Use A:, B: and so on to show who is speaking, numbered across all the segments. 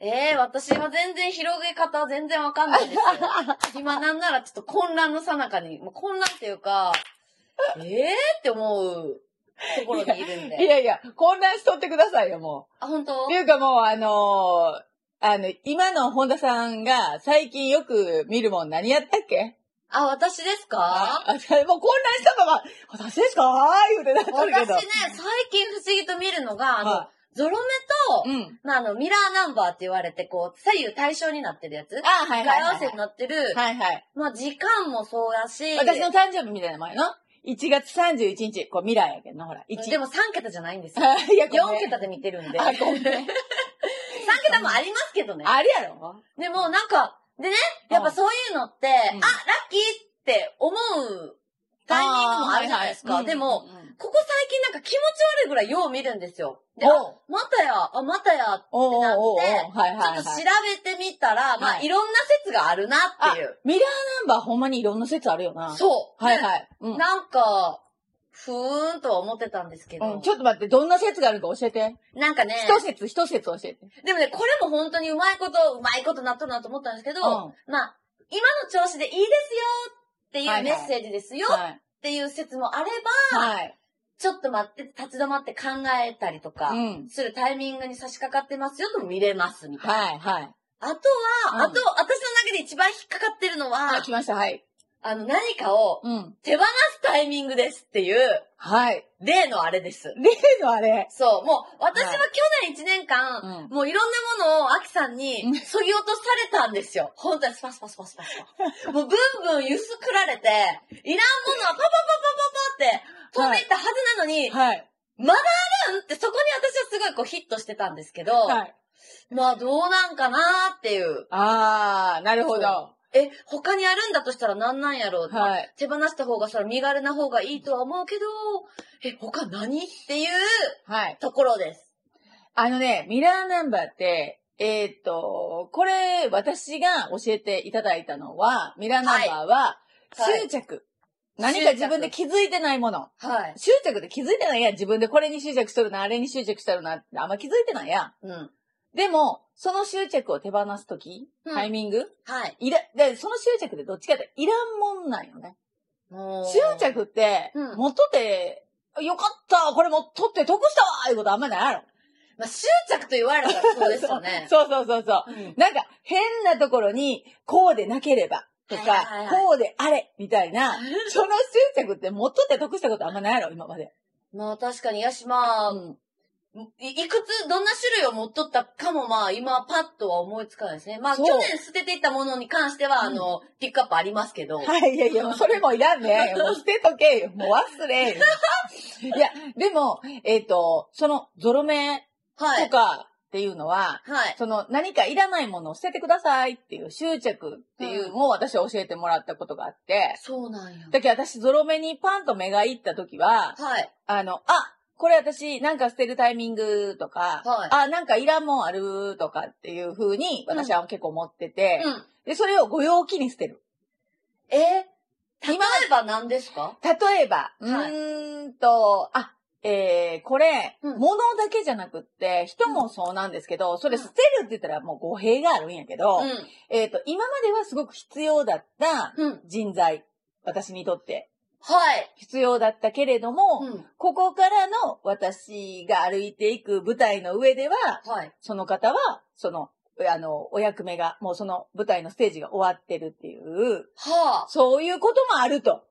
A: ええ私は全然広げ方全然わかんないですよ。今なんならちょっと混乱の最中に、まあ、混乱っていうか、ええって思うところにいるん
B: い
A: で。
B: やいや、混乱しとってくださいよ、も
A: あ、本当
B: う。っていうかもう、あのーあの、今の本田さんが最近よく見るもん何やったっけ
A: あ、私ですか
B: ああ、もう混乱したまま、私ですか言うてなっとるけ
A: 私
B: ど
A: ね。、最近不思議と見るのが、あの、
B: は
A: ゾロ目と、
B: うん。
A: まあ、あの、ミラーナンバーって言われて、こう、左右対称になってるやつ
B: あ、はい
A: が
B: はい
A: 合
B: はい
A: わせになってる、
B: はいはい。
A: まあ、時間もそうやし、
B: 私の誕生日みたいな前の ?1 月31日、こう未来やけどな、ほら。1。
A: でも3桁じゃないんですよ。
B: あ いや、ご
A: 4
B: めん
A: 桁で見てるんで。
B: あ、ご めん。
A: 3桁もありますけどね。
B: あれやろ
A: でもなんか、でね、やっぱそういうのって、あ、ラ
B: う
A: ッ
B: ん
A: キーって思うタイミングもあるじゃないです
B: あーは
A: か。
B: は
A: でも、、ここ最近なんか気持ち悪いぐらいよう見るんですよ。で、
B: お
A: あ
B: う
A: またや、あ、またや、ち
B: おうおうおうおう
A: ってなっ
B: はいはい
A: ょ
B: は
A: っと
B: い
A: 調。べてみたら、ま
B: は
A: あ
B: い
A: いろんな説があるなっていう。
B: ミラーナンバーほんまにいろんな説あるよな。
A: そう。
B: はいはい。うん。
A: なんか、ふーんとは思ってたんですけ
B: うん
A: ど
B: ち。ょっと待って、どんな説があるか教えて。
A: なんかね、
B: 一説、一説教えて。
A: でもね、これも本当にうまいこと、うまいことなっとるなと思ったんですけど、
B: うん
A: まあ、今の調子でいいですよってい
B: はいうはい
A: メッセージですよ
B: はい。
A: っていう説もあれば、
B: はい。
A: ちょっと待って、立ち止まって考えたりとか
B: う、ん。
A: するタイミングに差し掛かってますよとも見れますみたいな。
B: はい、はい。
A: あとは、
B: うん
A: あと、私の中で一番引っかかってるの
B: あ、
A: は、
B: 来ました、はい。
A: あの、何かを
B: うん。
A: 手放すタイミングですっていう、
B: はい。
A: 例のあれです。
B: 例のあれ。
A: そう、もう、私は
B: はい
A: 去年1年間、
B: うん
A: もういろんなものをアキさんに
B: うん
A: 削ぎ落とされたんですよ。本当にスパスパスパスパス パ。もうブンブンゆすくられて、いらんものはパパパパパパって飛んでいったはずなのに、
B: はい。
A: うんってそこに私はすごいこうヒットしてたんですけど、
B: はい。
A: まあどうなんかなーっていう。
B: あー、なるほど。
A: え、他にあるんだとしたら何なんやろう、
B: はい。
A: 手放した方がそれ身軽な方がいいとは思うけど、え、他何っていう
B: はい。
A: ところです。
B: あのね、ミラーナンバーって、えーっと、これ、私が教えていただいたのは、ミラーナンバーは、
A: はい
B: 執着。何か自分で気づいてないもの。
A: はい。
B: 執着で気づいてないやん。自分でこれに執着しとるな、あれに執着しとるなって、あんま気づいてないやん。
A: うん。
B: でも、その執着を手放すとき、
A: うん
B: タイミング、
A: はい。
B: いら、で、その執着でどっちかっていらんもんなんよね。
A: もう
B: 執着って、
A: うん
B: 持っとって、よかったこれ持っとって得したわいうことあんまないやろ。
A: まあ、執着と言われたらそうですよね。
B: そうそうそう そう。
A: うん
B: なんか、変なところに、こうでなければ、と
A: はいはいはい
B: か、
A: はい
B: こうであれ、みたい な、その執着って持っとって得したことあんまないやろ、今まで。
A: まあ確かに、いやしまあ、
B: うん
A: いいくつ、どんな種類を持っとったかもまあ今パッとは思いつかないですね。まあ
B: そ
A: 去
B: う
A: 年捨てていったものに関しては、あの、ピックアップありますけど。
B: はい、いやいや、もうそれもいら んね。もう捨てとけよ。もう忘れよ。いや、でも、えっ、と、その、ゾロ目
A: は
B: と
A: い。
B: かっていうのは、
A: はい。
B: その、何かいらないものを捨ててくださいっていう執着っていうのを私は教えてもらったことがあって、
A: そうなんや。
B: だけど私、ゾロ目にパンと目がいった時は、
A: はい。
B: あの、あ、これ私なんか捨てるタイミングとか、
A: はい
B: あ、なんかいらんもんあるとかっていう風に私は結構思ってて、
A: うん。
B: で、それをご用気に捨てる。
A: え例えば何ですか
B: 例えば、う
A: はい
B: ーんと、あ、えー、これ、
A: うん
B: 物だけじゃなくって、人もそうなんですけど、それ捨てるって言ったらもう語弊があるんやけど、
A: うん。
B: えっ、と、今まではすごく必要だった
A: うん。
B: 人材、私にとって
A: はい。
B: 必要だったけれども、
A: うん。
B: ここからの私が歩いていく舞台の上では、
A: はい。
B: その方は、その、あの、お役目が、もうその舞台のステージが終わってるっていう、
A: はあ。
B: そういうこともあると。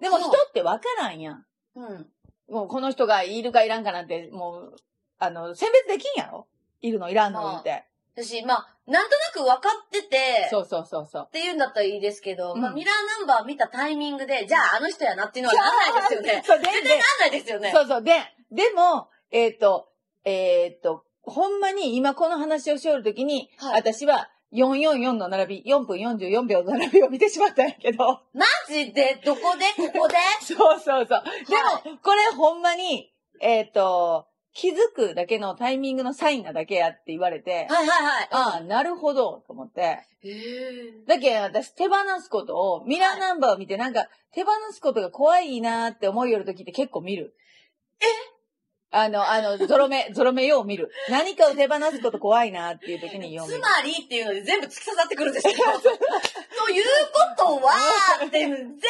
B: でも
A: はあ
B: 人ってわからんやん。
A: うん。
B: もうこの人がいるかいらんかなんて、もう、あの、選別できんやろいるのいらんの言うて。
A: 私、まあ、なんとなく分かってて、
B: そうそうそうそう
A: っ。て言うんだったらいいですけど、
B: うん
A: まあ、ミラーナンバー見たタイミングで、じゃああの人やなっていうのはなんないですよね。
B: そう、で、
A: 絶対なんないですよね。
B: そうそう。で、でも、えっ、と、えっ、と、ほんまに今この話をしおるときに、
A: はい
B: 私は444の並び、4分44秒の並びを見てしまったんやけど。
A: マジで、どこで、ここ で
B: そうそうそう。でも、これほんまに、えっ、と、気づくだけのタイミングのサインなだけやって言われて、
A: はいはいはい。
B: ああ、なるほど、と思って。
A: へ
B: だけど私手放すことを、ミラーナンバーを見てなんか、手放すことが怖いなーって思いよるときって結構見る。あの、あの、ゾロ目、 ゾロ目よう見る。何かを手放すこと怖いなっていう時によう見
A: つ
B: る。
A: まりっていうので全部突き刺さってくるんです よ。ということは、って全部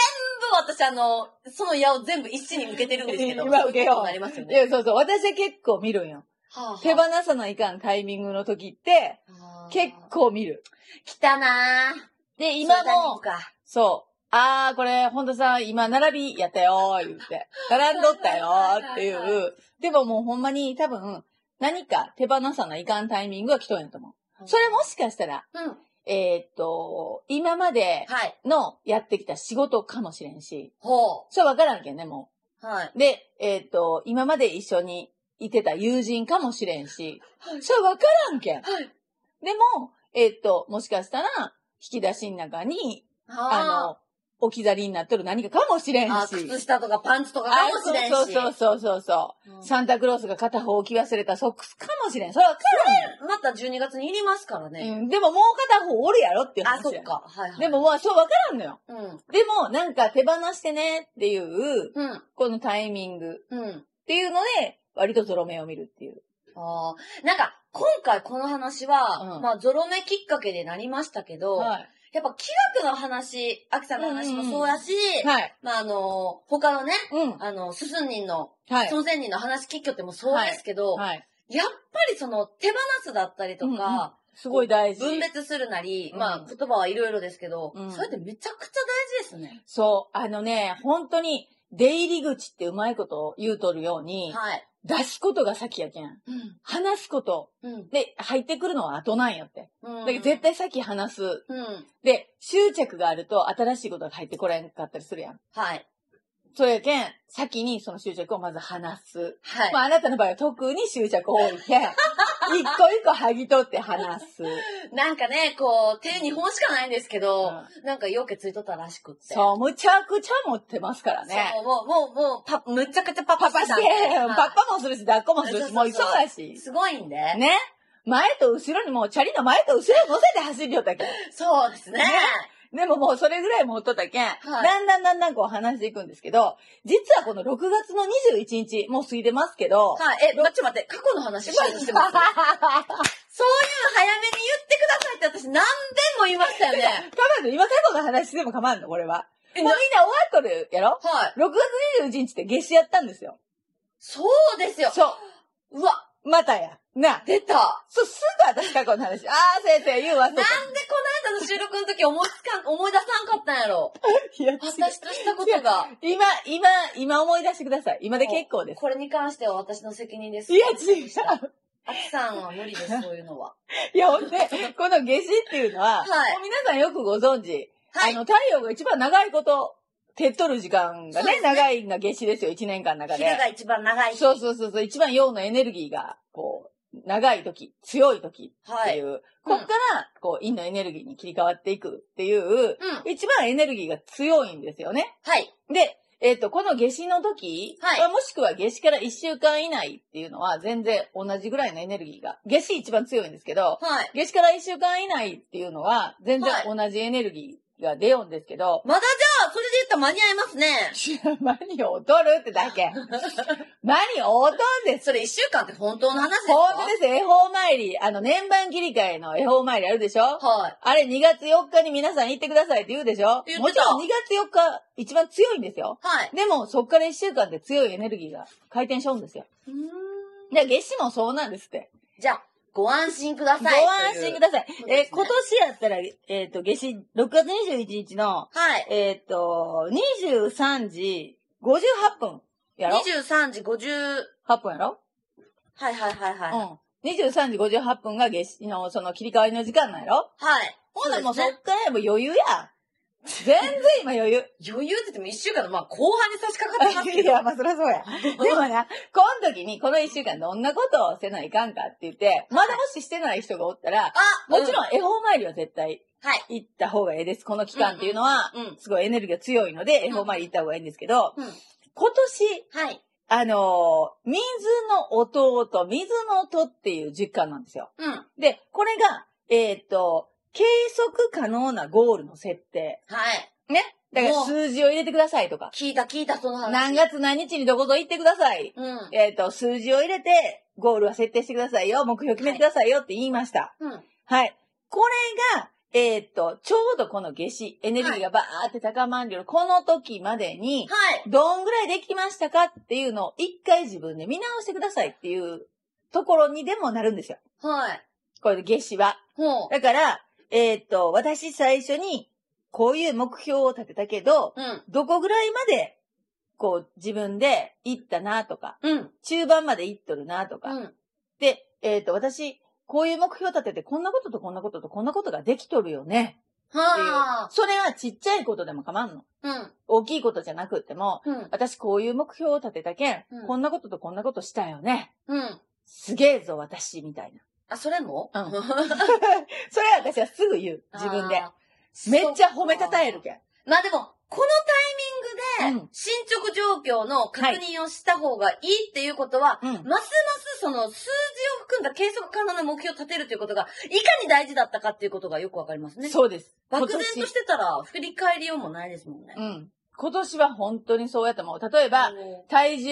A: 私あの、その矢を全部一矢に向けてるんですけど、
B: 今受けよ
A: そういうこ
B: う
A: とになりますよ
B: い
A: ね。
B: や、そうそう。私は結構見るんよ。
A: はあ
B: 手放さないかんタイミングの時って、
A: はあ
B: 結構見る。
A: 来たなぁ。
B: で、今
A: そういうタイミン
B: も
A: グ、か。
B: そう。あー、これ、本当さん、今、並びやったよー、言って。並んどったよーってい
A: はいはいは
B: う。でももうほんまに、多分、何か手放さないかんタイミングが来とんやと思う。それもしかしたら、
A: うん。
B: えーっと、今まで
A: はい。
B: のやってきた仕事かもしれんし、
A: ほ
B: それわからんけんね、もう。
A: う。はい。
B: で、えっ、と、今まで一緒にいてた友人かもしれんし、それわからんけん。
A: はい。
B: でも、えっ、と、もしかしたら、引き出しの中に、あ
A: は
B: の、置き去りになっとる何かかもしれんし。
A: あ、靴下とかパンツとかかもしれんし。
B: あそうそうそうそうそ
A: うん
B: う。サンタクロースが片方置き忘れたソックスかもしれん。それはわか
A: また12月にいりますから
B: らん
A: ね。
B: よ、うん。でももう片方おるやろっていう話
A: あ、そ
B: や
A: っ。か。はいはい。
B: でも、まあ、そうわからんのよ。
A: うん。
B: でも、なんか手放してねっていう、
A: うん。
B: このタイミングっ
A: うん。
B: ていうので、割とゾロ目を見るっていう。
A: あーなんか、今回この話は、
B: うん
A: まあ、ゾロ目きっかけでなりましたけど、
B: はい。
A: やっぱ、気学の話、アキさんの話もそうやし、
B: はい。
A: まあ、あの、他のね、
B: うん。
A: あの、すすん人の、
B: はい。
A: 朝鮮人の話きっかけもそうですけど、
B: はい。
A: やっぱりその、手放すだったりと
B: うんうん
A: か、
B: すごい大事。
A: 分別するなり、
B: うん
A: まあ、言葉はいろいろですけど、
B: うん
A: それってめちゃくちゃ大事ですね。
B: そう。あのね、本当に、出入り口ってうまいことを言うとるように、
A: はい。
B: 出すことが先やけん。
A: うん。
B: 話すこと。
A: うん。
B: で、入ってくるのは後なんやって。
A: う
B: だ
A: ん
B: けど絶対先話す。
A: うん。
B: で、執着があると新しいことが入ってこれんかったりするやん。
A: はい。
B: そうやけん、先にその執着をまず話す。
A: はい。
B: まあ、あなたの場合は特に執着多いけん、一個一個剥ぎ取って話す。
A: なんかね、こう、手2本しかないんですけど、
B: うん
A: なんかよけついとったらしくって。
B: そう、むちゃくちゃ持ってますからね。
A: そう、もう、もう、もう、パ、むちゃくちゃパパ
B: パパして、
A: はい
B: パパもするし、抱っこもする
A: そうそうそ
B: し、
A: う
B: もうそうだし。
A: すごいんで。
B: ね。前と後ろにもう、チャリの前と後ろに乗せて走りよったけん。
A: そうですね
B: ね。でももうそれぐらい持っとったけん、だんだんだんだんこう話していくんですけど、実はこの6月の21日、もう過ぎてますけど、
A: はい。え、ま、ちょっと待って、過去の話しようとしてます。そういう早めに言ってくださいって私何遍も言いましたよね。
B: かまんの、今過去の話してもかまんの、これは。
A: え
B: もうみんな終わっとるやろ
A: はい。
B: ?6 月21日って夏至やったんですよ。
A: そうですよ。
B: そう
A: わ、
B: う。またや。なあ。
A: 出た。なん
B: そう、すぐ私過去 の話。あー先生、言う忘れ
A: でこの間の収録の時思いつかん、思い出さんかったんやろ。
B: た。いや違う
A: 私としたことが。
B: 今、今、今思い出してください。今で結構です。
A: これに関しては私の責任です。
B: いや、違う。
A: あきさんは無理です、そういうのは。
B: いや、ほんで、この夏至っていうのは、
A: はい
B: もう皆さんよくご存知、
A: はい
B: あの、太陽が一番長いこと、手っ取る時間が
A: そうで
B: ね、
A: すね
B: 長いのが夏至ですよ、1年間の中
A: ひら
B: で。
A: が一番長い。
B: そうそうそうそう、一番陽のエネルギーが、こう、長い時、強い時っ
A: は
B: てい
A: い。
B: う、こっから、こう、陰のエネルギーに切り替わっていくっていう、
A: うん。
B: 一番エネルギーが強いんですよね。
A: はい。
B: で、えっ、と、この夏至の時、
A: はい
B: まあもしくは夏至から1週間以内っていうのは全然同じぐらいのエネルギーが、夏至一番強いんですけど、
A: はい。
B: 夏至から1週間以内っていうのは全然同じエネルギーが出ようんですけど、
A: まだじゃあ、それで言ったら間に合いますね。
B: マニを劣るってだ け。マニを劣るんです。
A: それ一週間って本当の話ですか
B: 本当ですよ、恵方参り。あの、年番切り替えの恵方参りあるでしょ
A: はい。
B: あれ2月4日に皆さん行ってくださいって言うでし
A: 言
B: ょ
A: ってた
B: もちろん2月4日一番強いんですよ。
A: はい。
B: でも、そっから一週間で強いエネルギーが回転しちゃうんですよ。
A: うーん
B: で、夏至もそうなんですって。
A: じゃあ、ご安心くだ
B: ご
A: さい。
B: 安心ください。
A: そう
B: え
A: で
B: ー
A: すね
B: 今年やったら、えっ、と、夏至、6月21日の、
A: さい。
B: えっ、と、23時58分や
A: は
B: ろ
A: い。23時50、
B: ?8 分やろ
A: はいはいはいはい。はい。
B: うん。23時58分が夏至の、その切り替わりの時間なんやろほんならもう
A: そ
B: そうっからもう余裕や。全然今 余裕。
A: ですね余裕って言っても一週間の、まあ、後半に差し掛かって ますけ
B: い
A: ど。
B: や、まあそりゃそうや。でもな、この時にこの一週間どんなことをせないかんかって言って、まだもししてない人がおったら、
A: あ、
B: もちろ
A: ん。
B: ん恵方参りは絶対
A: はい。
B: 行った方がええです。この期間っていうのは、
A: うん。
B: すごいエネルギーが強いので、
A: ん
B: 恵方参り行った方がいいんですけど、
A: うん
B: 今年、
A: はい。
B: あのー水の弟、水の音っていう実感なんですよ。
A: うん。は
B: で、これが、えーっと、計測可能なゴールの設定。
A: い。
B: ね。だから
A: もう
B: 数字を入れてくださいとか。
A: 聞いた聞いた、その話。
B: 何月何日にどこぞ行ってください。
A: うん。
B: えっ、と、数字を入れて、ゴールは設定してくださいよ。目標決めてくださいよって言いました。
A: うん。
B: はい。これが、えっ、と、ちょうどこの夏至、エネルギーがバーって高まるよ、この時までに、
A: はい。
B: どんぐらいできましたかっていうのを一回自分で見直してくださいっていうところにでもなるんですよ。
A: はい。
B: これで夏至は。
A: ほう。
B: だから、えっ、と、私最初にこういう目標を立てたけど、
A: うん。
B: どこぐらいまで、こう自分で行ったなとか、
A: うん。
B: 中盤まで行っとるなとか、
A: うん。
B: で、えっ、と、私、こういう目標立てて、こんなこととこんなこととこんなことができとるよね。っていう
A: はあ。
B: それはちっちゃいことでも構わんの。
A: うん。
B: 大きいことじゃなくっても、
A: うん。
B: 私こういう目標を立てたけん、
A: うん
B: こんなこととこんなことしたよね。
A: うん。
B: すげえぞ、私、みたいな。
A: あ、それも
B: うん それは私はすぐ言う、自分で。
A: あー
B: めっちゃ褒めたたえるけん。
A: まあでも、このタイミング
B: うん
A: で、進捗状況の確認をした方がいいっていうことは、
B: うん。
A: ますますその数字を含んだ計測可能な目標を立てるということが、いかに大事だったかっていうことがよくわかりますね。
B: そうです。
A: 漠然
B: 今年
A: としてたら、振り返りようもないですもんね。
B: うん。今年は本当にそうやったもん。例えば、体重、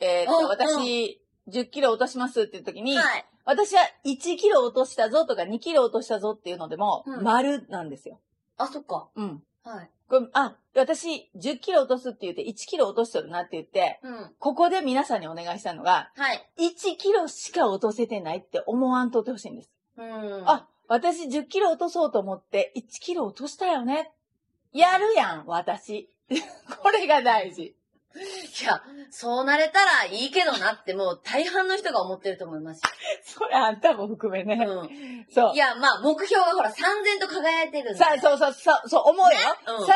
B: えーっ
A: うんう
B: と、
A: ん
B: 私、10キロ落としますっていう時に、
A: はい。
B: 私は1キロ落としたぞとか2キロ落としたぞっていうのでも
A: う、ん
B: 丸なんですよ。
A: あ、そっか。
B: うん。
A: はい。
B: これあ、私、10キロ落とすって言って1キロ落としとるなって言って、
A: うん。
B: ここで皆さんにお願いしたのが、
A: はい。
B: 1キロしか落とせてないって思わんとってほしいんです。
A: うん。
B: あ、私10キロ落とそうと思って1キロ落としたよね。やるやん、私。 これが大事。
A: いや、そうなれたらいいけどなって、もう大半の人が思ってると思いますよ。
B: それあんたも含めね。
A: う
B: そ
A: ん。
B: う
A: い。や、まあ、目標がほら、三千と輝いてるんで。
B: さあ、そうそう、そう、そう思うよ。
A: うん
B: 3000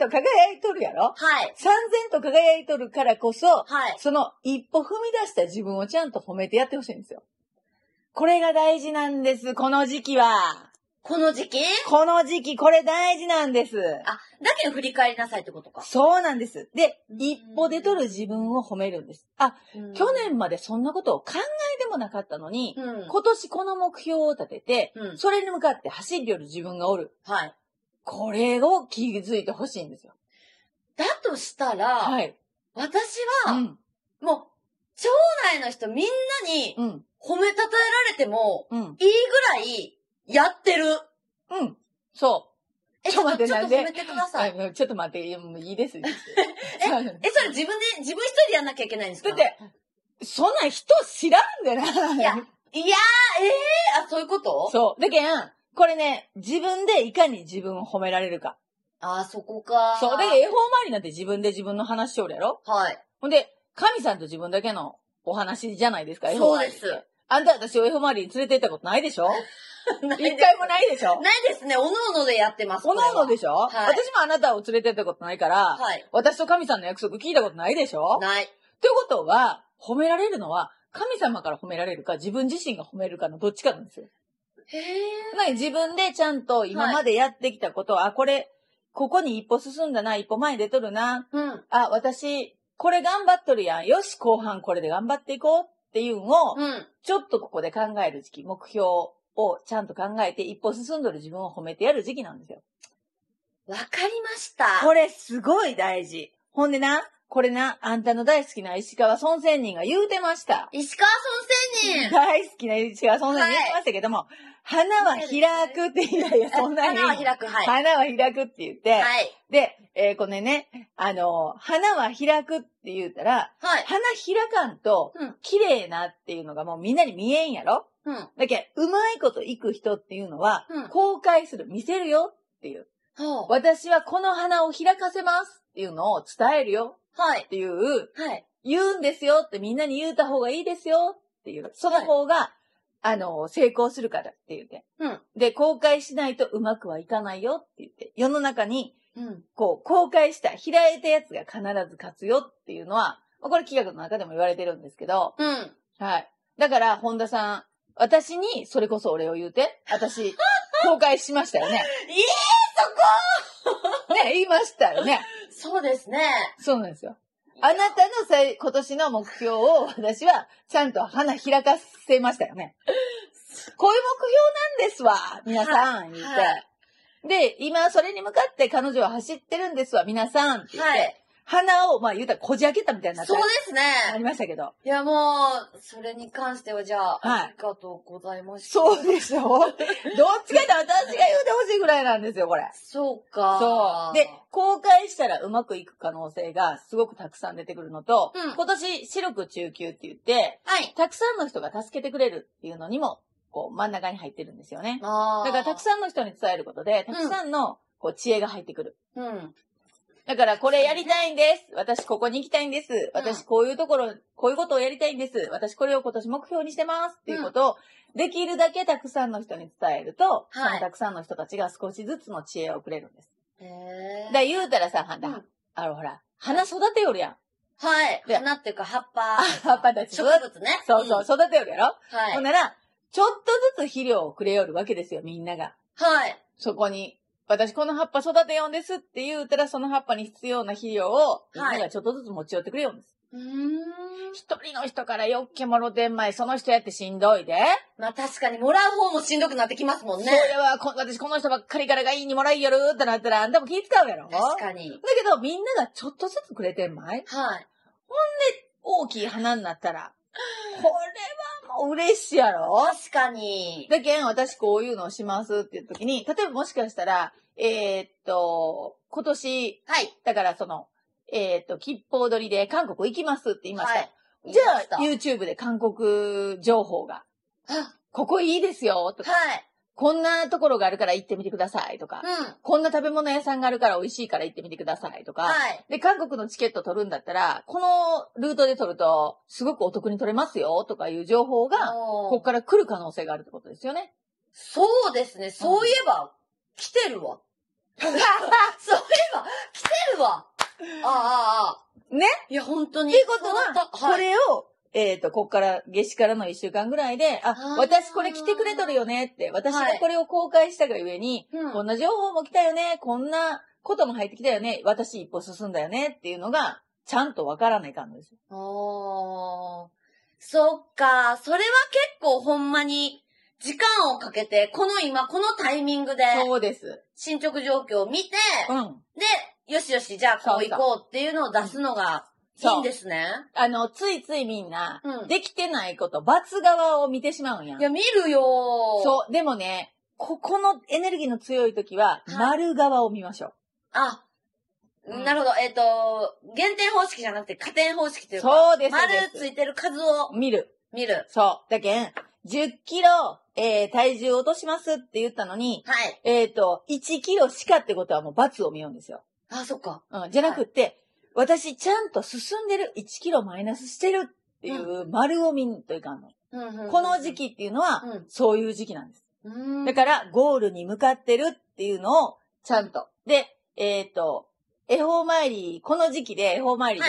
B: と輝いとるやろ
A: はい。
B: 3000と輝いとるからこそ、
A: はい。
B: その一歩踏み出した自分をちゃんと褒めてやってほしいんですよ。これが大事なんです、この時期は。
A: この時期
B: この時期、これ大事なんです。
A: あ、だけど振り返りなさいってことか。
B: そうなんです。で、
A: うん
B: 一歩出とる自分を褒めるんです。あ、
A: うん
B: 去年までそんなことを考えてもなかったのに、
A: うん。
B: 今年この目標を立てて、
A: うん。
B: それに向かって走り寄る自分がおる。
A: はい。
B: これを気づいてほしいんですよ。
A: だとしたら、
B: はい。
A: 私
B: う
A: は、
B: ん。
A: もう、町内の人みんなに
B: うん。
A: 褒めたたえられても、
B: うん。
A: いいぐらいやってる。
B: うん。そう。
A: え、
B: ちょっと待って
A: ちょっと
B: なんで
A: 褒めてください。
B: あのちょっと待って、いやもうい い です。え、
A: え、それ自分で、自分一人でやんなきゃいけないんですか
B: だって、そんなん人知らんでな。
A: いやいやー、ええあ、そういうこと
B: そう。だけん、これね、自分でいかに自分を褒められるか。
A: あー、そこか。
B: そう。で、絵本周りなんて自分で自分の話しよるやろ
A: はい。
B: ほんで、神さんと自分だけのお話じゃないですか、絵本
A: そう
B: 周り
A: で
B: って
A: す。。
B: あんた私を絵本周りに連れて行ったことないでしょ
A: ないです
B: 一回も ないでしょ
A: ないですね。おのおのでやってます。
B: おのおので
A: し
B: しょ、
A: い
B: 私もあなたを連れて行ったことないから、
A: はい。
B: 私と神さんの約束聞いたことないでしょ
A: ない。
B: ということは、褒められるのは、神様から褒められるか、自分自身が褒めるかのどっちかなんですよ。
A: へ
B: つまり自分でちゃんと今までやってきたことを、あ、これ、ここに一歩進んだな、一歩前に出とるな、
A: ー。うん。
B: あ、私、これ頑張っとるやん。よし、後半これで頑張っていこうっていうのを、
A: うん。
B: ちょっとここで考える時期、目標をちゃんと考えて、一歩進んどる自分を褒めてやる時期なんですよ。
A: わかりました。
B: これすごい大事。ほんでな、これな、あんたの大好きな石川孫仙人が言うてました。
A: 石川村仙人。
B: 大好きな石川そんなに言ってましたけども、花は開くって、いやいや、 そんなに。
A: 花は開く。はい。
B: 花は開くって言って、
A: はい。
B: で、えーこれね、あのー花は開くって言ったら、
A: はい。
B: 花開かんと
A: うん、
B: 綺麗なっていうのがもうみんなに見えんやろ
A: うん。
B: だけどうまいこといく人っていうのは、
A: うん
B: 公開する、見せるよっていう。
A: は
B: 私はこの花を開かせますっていうのを伝えるよ
A: あ、はい
B: っ。ていう、
A: はい。
B: 言うんですよってみんなに言うた方がいいですよっていう。その方が、あの、成功するからって言って。
A: うん
B: で、公開しないとうまくはいかないよって言って。世の中に、
A: うん。
B: こう、公開した、開いたやつが必ず勝つよっていうのは、まあこれ企画の中でも言われてるんですけど、
A: うん。
B: はい。だから、本田さん、私に、それこそ俺を言うて、 私、公開しましたよね。
A: え
B: ね、言いましたよね。
A: そうですね。
B: そうなんですよ。あなたのさい今年の目標を私はちゃんと花開かせましたよね。こういう目標なんですわ、皆さん、言って。
A: はい
B: で、今、それに向かって彼女は走ってるんですわ、皆さんって言って。
A: はい
B: 鼻を、まあ言うたらこじ開けたみたいになって
A: そうですね。
B: ありましたけど。
A: いや、もう、それに関してはじゃあ、
B: はい
A: ありがとうございました。
B: そうで しょどっちかって私が言うてほしいぐらいなんですよ、これ。
A: そうか。
B: そう。で、公開したらうまくいく可能性がすごくたくさん出てくるのと、
A: うん
B: 今年白く中級って言って、
A: はい。
B: たくさんの人が助けてくれるっていうのにも、こう真ん中に入ってるんですよね。
A: あ
B: だ
A: あ。
B: からたくさんの人に伝えることで、たくさんのこう知恵が入ってくる。
A: ん。うん。
B: だからこれやりたいんです。私ここに行きたいんです。私こういうところ、こういうことをやりたいんです。私これを今年目標にしてますっていうことを、できるだけたくさんの人に伝えると、
A: はい
B: そのたくさんの人たちが少しずつの知恵をくれるんです。
A: へ
B: だ
A: え
B: から言うたらさ、あんた
A: うん
B: あのほら、花育てよるやん。
A: はい。
B: で
A: 花っていうか、葉っぱ。
B: 葉っぱたち
A: 植。物ね。
B: そうそう、
A: ん
B: 育てよるやろ、
A: は
B: ほん
A: い。
B: なら、ちょっとずつ肥料をくれよるわけですよ、みんなが。
A: はい。
B: そこに、私この葉っぱ育てようんですって言うたら、その葉っぱに必要な肥料を、みんながちょっとずつ持ち寄ってくれよんです。
A: うーん。
B: 一人の人からよっけもろてんまい、その人やってしんどいで。
A: まあ確かに、もらう方もしんどくなってきますもん
B: そ
A: ね。
B: れはこ、私この人ばっかりからがいいにもらいよるってなったら、あんたも気使うやろ
A: 確
B: だ
A: かに。
B: けど、みんながちょっとずつくれてんまい
A: はい。
B: 大きい花になったら、これはもう嬉しいやろ
A: 確かに。
B: だけん、私こういうのをしますっていう時に、例えばもしかしたら、えーっと、今年、
A: はい。
B: だからその、えーっと、吉報取りで韓国行きますって言いました。
A: はい。言
B: じ
A: いました
B: ゃあ、YouTube で韓国情報が、
A: あ
B: ここいいですよとか、
A: はい。
B: こんなところがあるから行ってみてくださいとか、
A: うん。
B: こんな食べ物屋さんがあるから美味しいから行ってみてくださいとか、
A: はい。
B: で、韓国のチケット取るんだったら、このルートで取ると、すごくお得に取れますよとかいう情報が、こ
A: お
B: こ
A: ー
B: から来る可能性があるってことですよね。
A: そうですね。そういえば、来てる わ。そういえば、来てるわ。ああ、ああ。
B: ね
A: いや、本当に。
B: っていうことは
A: そうだった
B: こ
A: はい。
B: れを、えっ、と、こっから、夏至からの一週間ぐらいで、あ
A: あー、
B: 私これ来てくれとるよねって、私がこれを公開したがゆえに、
A: うん
B: こんな情報も来たよね、こんなことも入ってきたよね、私一歩進んだよねっていうのが、ちゃんとわからないかんのですよ。
A: おー。そっか。それは結構ほんまに、時間をかけて、この今、このタイミングで、
B: そうです。
A: 進捗状況を見て、
B: うん。
A: で、よしよし、じゃあこう行
B: そう
A: こうっていうのを出すのが、い
B: そう
A: いんですね。
B: あの、ついついみんな、
A: うん
B: できてないこと、罰側を見てしまうんやん
A: い。や、見るよー。
B: そう。でもね、ここのエネルギーの強い時は、
A: はい
B: 丸側を見ましょう。
A: あ、
B: うん
A: なるほど。えっ、と、減点方式じゃなくて加点方式というか、
B: そうです。
A: 丸
B: です
A: ついてる数を
B: 見る。
A: 見る。
B: そう。だけん、10キロ、えー体重を落としますって言ったのに、
A: はい。
B: えっ、と、1キロしかってことはもう罰を見ようんですよ。
A: あ、そっか。
B: うん。じゃなくって、私ちゃんと進んでる、1キロマイナスしてるっていう丸を見んといかんの。
A: うんうんうん
B: この時。期っていうのは、
A: うん
B: そういう時期なんです。
A: うん。
B: だから、ゴールに向かってるっていうのを、ちゃんと。で、えっ、と、恵方参り、この時期で恵方参りで、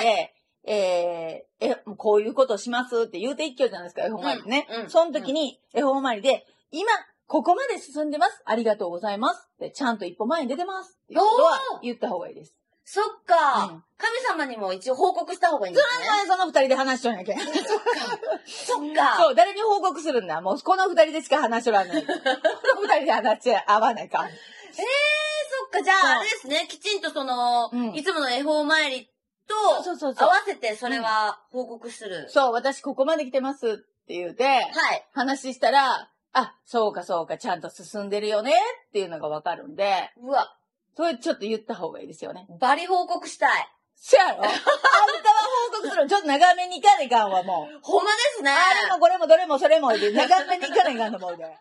A: は
B: えーえ、こういうことしますって言うて一挙じゃないですか、恵方参りってね。
A: うんうん
B: その時に、恵方参りで、今、ここまで進んでます。ありがとうございます。って、ちゃんと一歩前に出てます。っていうことは
A: おー
B: 言った方がいいです。
A: そっか、
B: うん
A: 神様にも一応報告した方がいいんですね。
B: なんでその二人で話しとんやけん。
A: そっか。
B: そう、誰に報告するんだ。もう、この二人でしか話しとらんねん。この二人で話し合わないか。
A: そっか。じゃ
B: そう
A: あ、あれですね。きちんとその、
B: うん
A: いつもの恵方参りと、
B: そうそう
A: 合
B: そう
A: わ。せてそれは報告する。
B: そう、私ここまで来てますって言うて、
A: はい。
B: 話したら、あ、そうかそうか、ちゃんと進んでるよねっていうのがわかるんで、
A: うわ、
B: それちょっと言った方がいいですよね。
A: バリ報告したい。
B: せやろあんたは報告するのちょっと長めに行かねいかんわ、もう。
A: ほんまですね。
B: あれもこれもどれもそれも言うて、長めに行かねいかんのもうで。